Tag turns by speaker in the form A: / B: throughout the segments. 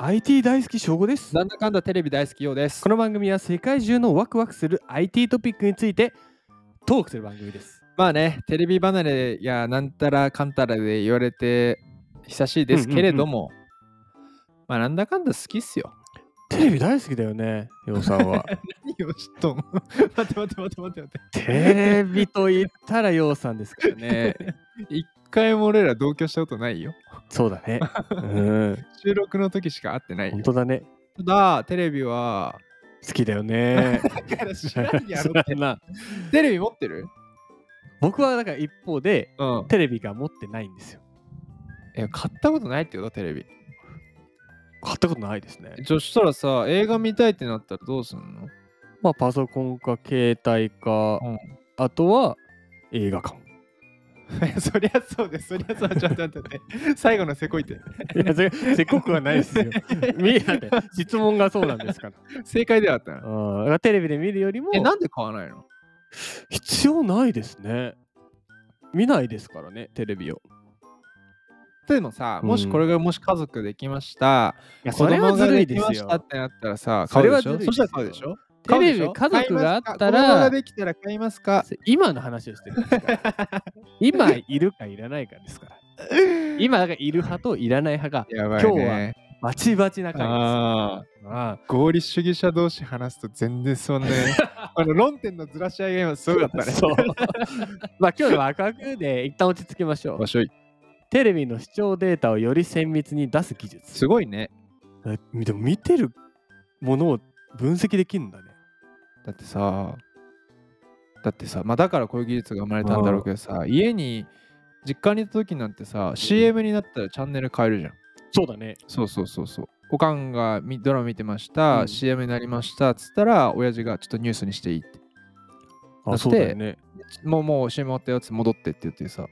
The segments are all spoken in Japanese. A: IT 大好き翔吾です
B: なんだかんだテレビ大好きようです
A: こ。の番組は世界中のワクワクする IT トピックについてトークする番組です
B: まあね、テレビ離れやなんたらかんたらで言われて久しいですけれども、まあなんだかんだ好きっすよ。
A: テレビ大好きだよねようさん は
B: 何を知っとん 待って待って待って待って待っ
A: テレビと言ったらようさんですからね
B: て。一回も俺ら同居したことないよ。
A: そうだねうん
B: 収録の時しか会ってない
A: 本
B: よ。
A: 当だね
B: ただ、テレビは。
A: 好きだよね
B: だから知らんや
A: そ
B: ろ
A: うだ
B: って
A: な
B: テレビ持ってる
A: 僕はだから一方で
B: うん。
A: テレビが持ってないんですよ
B: え、買ったことないってことテレビ。
A: 買ったことないですね
B: そしたらさ、映画見たいってなったらどうすんの
A: まあパソコンか携帯か、
B: うん
A: あとは映 画館
B: そりゃそうです。そりゃそう。ちょっと待って待って。最後のせこいって。
A: いやせせっこくはないですよ 見えない質問がそうなんですから
B: 正解ではあったな。
A: うんだからテレビで見るよりも
B: え、なんで買わないの
A: 必要ないですね見ないですからねテレビを
B: というのさ、
A: うん
B: もしこれがもし家族できました、
A: いや
B: 子
A: それは
B: 供
A: ず
B: が
A: るい
B: でき
A: で
B: ますし
A: よ
B: たってなったらさ、
A: そ
B: 買
A: れ
B: う
A: は
B: でしょ
A: ずるいですよ
B: そしたら買うでしょ
A: テレビ
B: 買うでしょ
A: 家族があった
B: 買いますか子供が
A: ら
B: できたら買いますか
A: 今の話をしてるんですから 今いるかいらないかですから今だからいる派といらない派が
B: やば
A: い
B: い、
A: ね
B: ね。
A: バチバチな感じですよ
B: ああ
A: あ
B: ー、合理主義者同士話すと全然そんなね、 あの論点のずらし合いが今すごかった
A: あ
B: ね。
A: そう まあ今日のワクワクで一旦落ち着きましょう
B: 場所い
A: テレビの視聴データをより綿密に出す技術
B: すごいね。
A: えでも見てるものを分析できるんだね
B: だってさ、だってさ、まあだからこういう技術が生まれたんだろうけどさ、家に実家にいた時なんてさ、CM になったらチャンネル変えるじゃん。
A: そうだね
B: そうそうそうそう。おかんがみドラマ見てました、
A: うん
B: CM になりましたっつったら、親父がちょっとニュースにしていいって。だって
A: ね
B: もうもう CM 終わったやつ戻ってって言ってさ。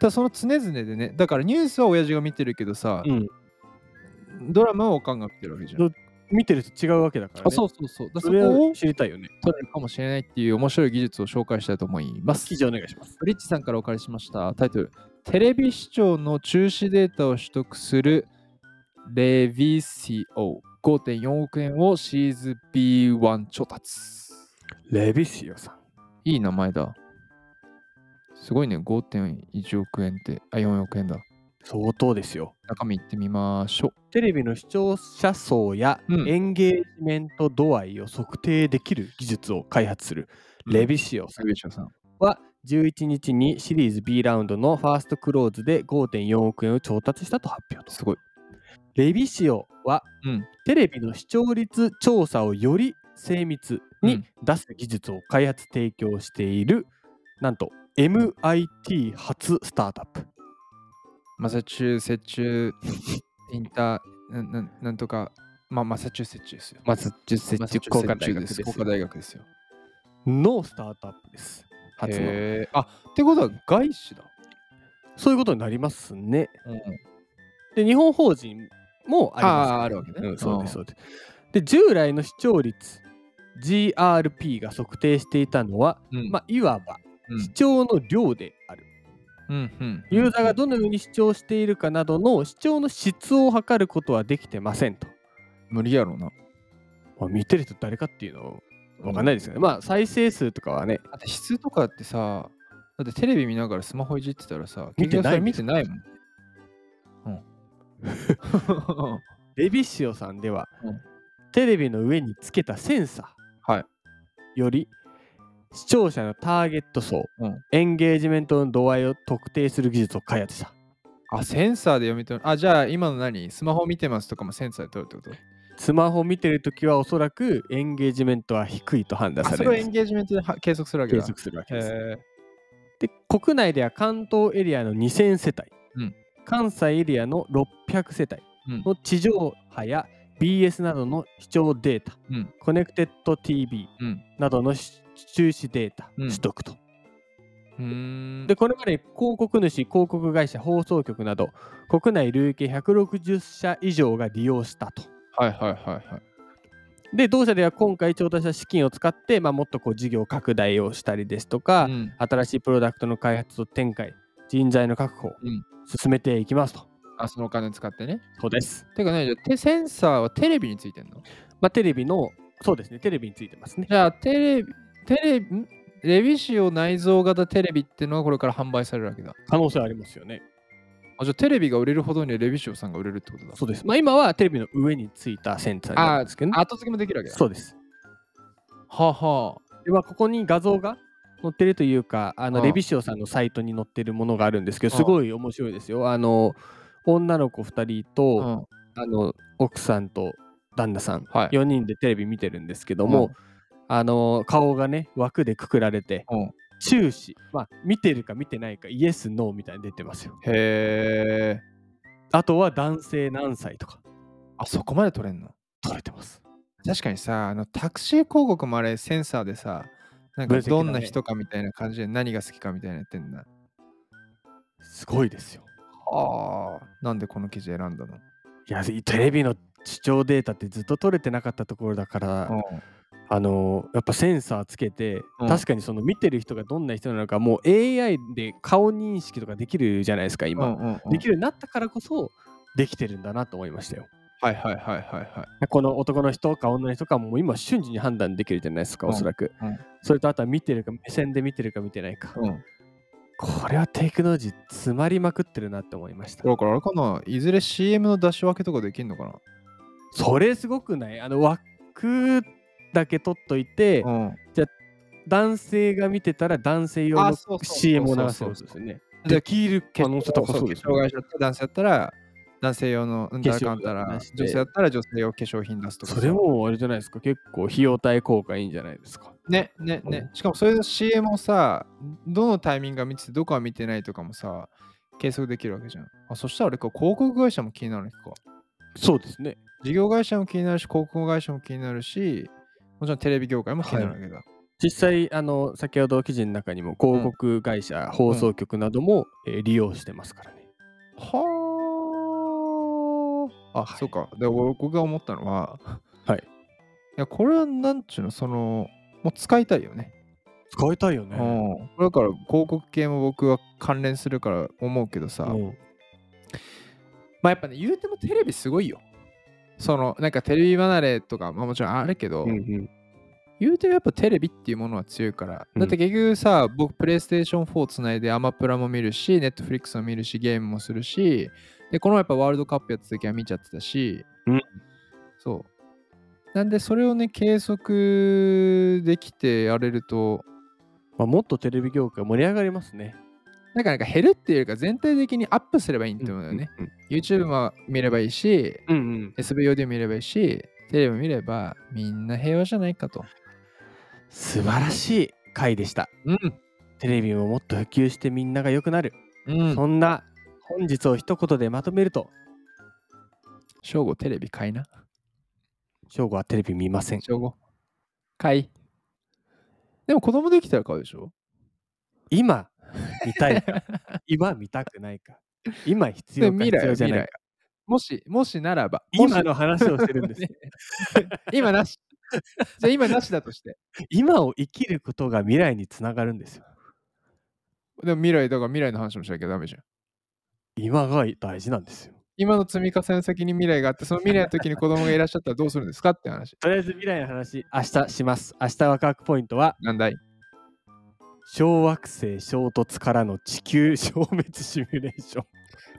B: ただその常々でね、だからニュースは親父が見てるけどさ、
A: うん
B: ドラマはおかんが見てるわけじゃん。
A: どう見てると違うわけだから、ね、
B: あそうそうそう。だか
A: そ
B: ら
A: れ
B: そこ
A: を
B: を
A: 知りたいよね
B: 取れるかもしれないっていう面白い技術を紹介したいと思います。
A: 記事お願いします
B: ブリッジさんからお借りしましたタイトル「テレビ視聴の中止データを取得するレビシオ5.4億円をシーズ B1 調達」
A: レビシオさん
B: いい名前だすごいね5.1億円ってあ4億円だ
A: 相当ですよ
B: 中身いってみましょ
A: テレビの視聴者層や
B: うん
A: エンゲージメント度合いを測定できる技術を開発する
B: う
A: レビシオさん
B: レビシオさん
A: は11日にシリーズ B ラウンドのファーストクローズで5.4億円を調達したと発表と
B: すごい
A: レビシオは、
B: うん
A: テレビの視聴率調査をより精密
B: う
A: に
B: ん
A: 出す技術を開発提供している、なんと MIT 初スタートアップ
B: マサチューセッチューインターなんなんなんとかまあマサチューセッチューですよ
A: マサチューセッツ工科大学です
B: マサチューセッチュー工科大学ですよ
A: のスタートアップです初の
B: へーあってことは外資だ
A: そういうことになりますね
B: うん、
A: で日本法人もあります
B: あーあるわけね
A: うん、そうですそうですで従来の視聴率 GRP が測定していたのは
B: うん
A: まあ、いわば
B: うん
A: 視聴の量である、
B: うんうん、
A: ユーザーがどのように視聴しているかなどの視聴の質を測ることはできてませんと、
B: 無理やろな。
A: まあ、見てる人誰かっていうのはわかんないですよね、まあ再生数とかはね
B: だって質とかってさ、だってテレビ見ながらスマホいじってたらさ、
A: 見てない
B: 結局それ見てないもん。 うん。
A: レビシオさんでは、
B: うん
A: テレビの上につけたセンサ
B: は
A: ー
B: い
A: より、視聴者のターゲット層、
B: うん
A: エンゲージメントの度合いを特定する技術を開発した
B: あ、センサーで読み取る。あ、じゃあ今の何スマホ見てますとかもセンサーで取るってこと
A: スマホを見てるときはおそらくエンゲージメントは低いと判断
B: あ
A: さ
B: そ
A: れ
B: れをエ
A: る
B: ンゲージメントでは計測するわけ
A: 継
B: だ。
A: 続するわけ
B: へ
A: です
B: ー
A: で国内では関東エリアの2000世帯、
B: うん
A: 関西エリアの600世
B: うん
A: 帯の地上波や BS などの視聴データ、
B: うん
A: コネクテッド TV
B: うん
A: などのし収支データ
B: うん
A: 取得と、
B: うーん。
A: でこれまで広告主広告会社放送局など国内累計160社以上が利用したと
B: はいはいはいはい。
A: で同社では今回調達した資金を使って、まあ、もっとこう事業拡大をしたりですとか、
B: うん
A: 新しいプロダクトの開発と展開人材の確保を
B: うん
A: 進めていきますと、
B: あ、そのお金使ってね。
A: そうです。
B: てかね、じゃあてセンサーはテレビについてんの
A: まあ、テレビの、そうですね、テレビについてますね。
B: じゃあ、テレビ、テレビ、んレビシオ内蔵型テレビってのがこれから販売されるわけだ。
A: 可能性ありますよね。
B: あ、じゃあテレビが売れるほどにはレビシオさんが売れるってことだ。
A: そうです。まあ、今はテレビの上についたセンサーなんですけどね。
B: 後付けもできるわけだ。
A: そうです。
B: はあはあ。
A: では、ここに画像が載ってるというか、あ
B: う
A: の
B: ん
A: レビシオさんのサイトに載ってるものがあるんですけど、
B: うん
A: すごい面白いですよ。あの、女の子2人と、
B: うん
A: あの奥さんと旦那さん、
B: はい
A: 4人でテレビ見てるんですけども、
B: うん
A: あの顔がね枠でくくられて、
B: うん
A: 注視、まあ、見てるか見てないかイエスノーみたいに出てますよ
B: へえ。
A: あとは男性何歳とか
B: あ、そこまで取れんの
A: 取れてます
B: 確かにさ、あのタクシー広告もあれセンサーでさ、なん
A: 分
B: か
A: 析だね
B: どんな人かみたいな感じで何が好きかみたいなやってんだ。
A: すごいですよ
B: ああ。なんでこの記事選んだの、
A: いやテレビの視聴データってずっと取れてなかったところだから、あのやっぱセンサーつけて、
B: うん
A: 確かにその見てる人がどんな人なのかもう AI で顔認識とかできるじゃないですか今、
B: うんうんうん
A: できるようになったからこそできてるんだなと思いましたよ
B: はいはいはいはいはい。
A: この男の人か女の人かもう今瞬時に判断できるじゃないですか、
B: うん
A: おそらく、
B: うん
A: それとあとは見てるか、目線で見てるか見てないか。
B: うん、
A: これはテクノロジー詰まりまくってるなって思いました。
B: だからあれかな、いずれ CM の出し分けとかできんのかな、
A: それすごくないあの枠だけ取っといて、
B: うん、
A: 男性が見てたら男性用
B: あ
A: の
B: そうそうそう
A: CM を流す
B: そ
A: ん
B: う
A: で
B: そう
A: すよね。
B: じゃあ
A: できる可能性高そうです、
B: 障害者だったら男性だったら男性用のうんだらかんだ
A: 化粧品
B: ら
A: 出して
B: 女性だったら女性用化粧品出すとかさ
A: それもあれじゃないですか。結構費用対効果いいんじゃないですか。
B: ねねねしかもそれの CM をさどのタイミングが見ててどこは見てないとかもさ計測できるわけじゃんあそしたらあれか広告会社も気になるのか
A: そうですね。
B: 事業会社も気になるし広告会社も気になるしもちろんテレビ業界も気になるわけだ、
A: 実際あの先ほど記事の中にも広告会社、放送局なども、えー利用してますからね。
B: はあ。あ、
A: はい
B: そうか。で、俺僕が思ったのは、
A: はい。
B: いや、これはなんちゅうの、その、もう使いたいよね。
A: 使いたいよ
B: う。ん。これだから広告系も僕は関連するから思うけどさ、
A: うん
B: まあやっぱね、言うてもテレビすごいよ。その、なんかテレビ離れとか、まあもちろんあるけど、
A: うんうん
B: 言うてもやっぱテレビっていうものは強いから。
A: うん
B: だって結局さ、僕、プレイステーション4つないでアマプラも見るし、ネットフリックスも見るし、ゲームもするし、で、このやっぱワールドカップやった時は見ちゃってたし、
A: うん
B: そう。なんで、それをね、計測できてやれると、
A: まあ、もっとテレビ業界盛り上がりますね。
B: なんかなんか減るっていうよりか、全体的にアップすればいいって思うんだよね。YouTube も見ればいいし、
A: うんうん。うんうん。
B: SVOD 見ればいいし、テレビ見ればみんな平和じゃないかと。
A: 素晴らしい回でした。
B: うん。
A: テレビももっと普及してみんなが良くなる。
B: うん。
A: そんな本日を一言でまとめると、
B: 正午テレビ買いな。
A: 正吾はテレビ見ません。
B: 小5。買い。でも子供できたら買うでしょ
A: 今見たいか、今見たくないか、今必
B: で
A: 要か
B: 未
A: 必
B: 来
A: 要
B: は
A: じゃ
B: 未
A: ない
B: 来
A: か。。
B: もし、もしならば。
A: 今
B: も
A: の話をしてるんです。
B: し 今なし。じゃあ今なしだとして。
A: 今を生きることが未来につながるんですよ。
B: でも未来だから未来の話もしなきゃダメじゃん。
A: 今が大事なんですよ。
B: 今の積み重ねの先に未来があって、その未来の時に子供がいらっしゃったらどうするんですかって話。
A: とりあえず未来の話、明日します。明日ワクワクポイントは、
B: なんだい
A: 小惑星衝突からの地球消滅シミュレーショ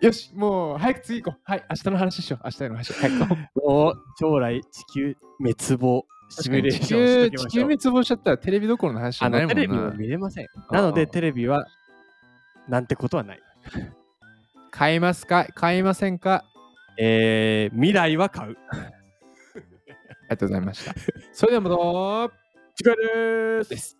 A: ン。
B: よし、もう早く次行こう。はい、明日の話しよう。明日の話。早く
A: もう将来地球滅亡シミュレーションしておき
B: 地
A: ま
B: 球地
A: し
B: 球
A: ょう。
B: 滅亡しちゃったらテレビどころの話じ
A: あ
B: ゃない
A: の
B: も
A: テ
B: んな。
A: レビは見れません。
B: うん
A: なのでテレビはなんてことはない。
B: 買いますか買いませんか
A: えー、未来は買う。
B: ありがとうございました。それではまた。
A: 違うです。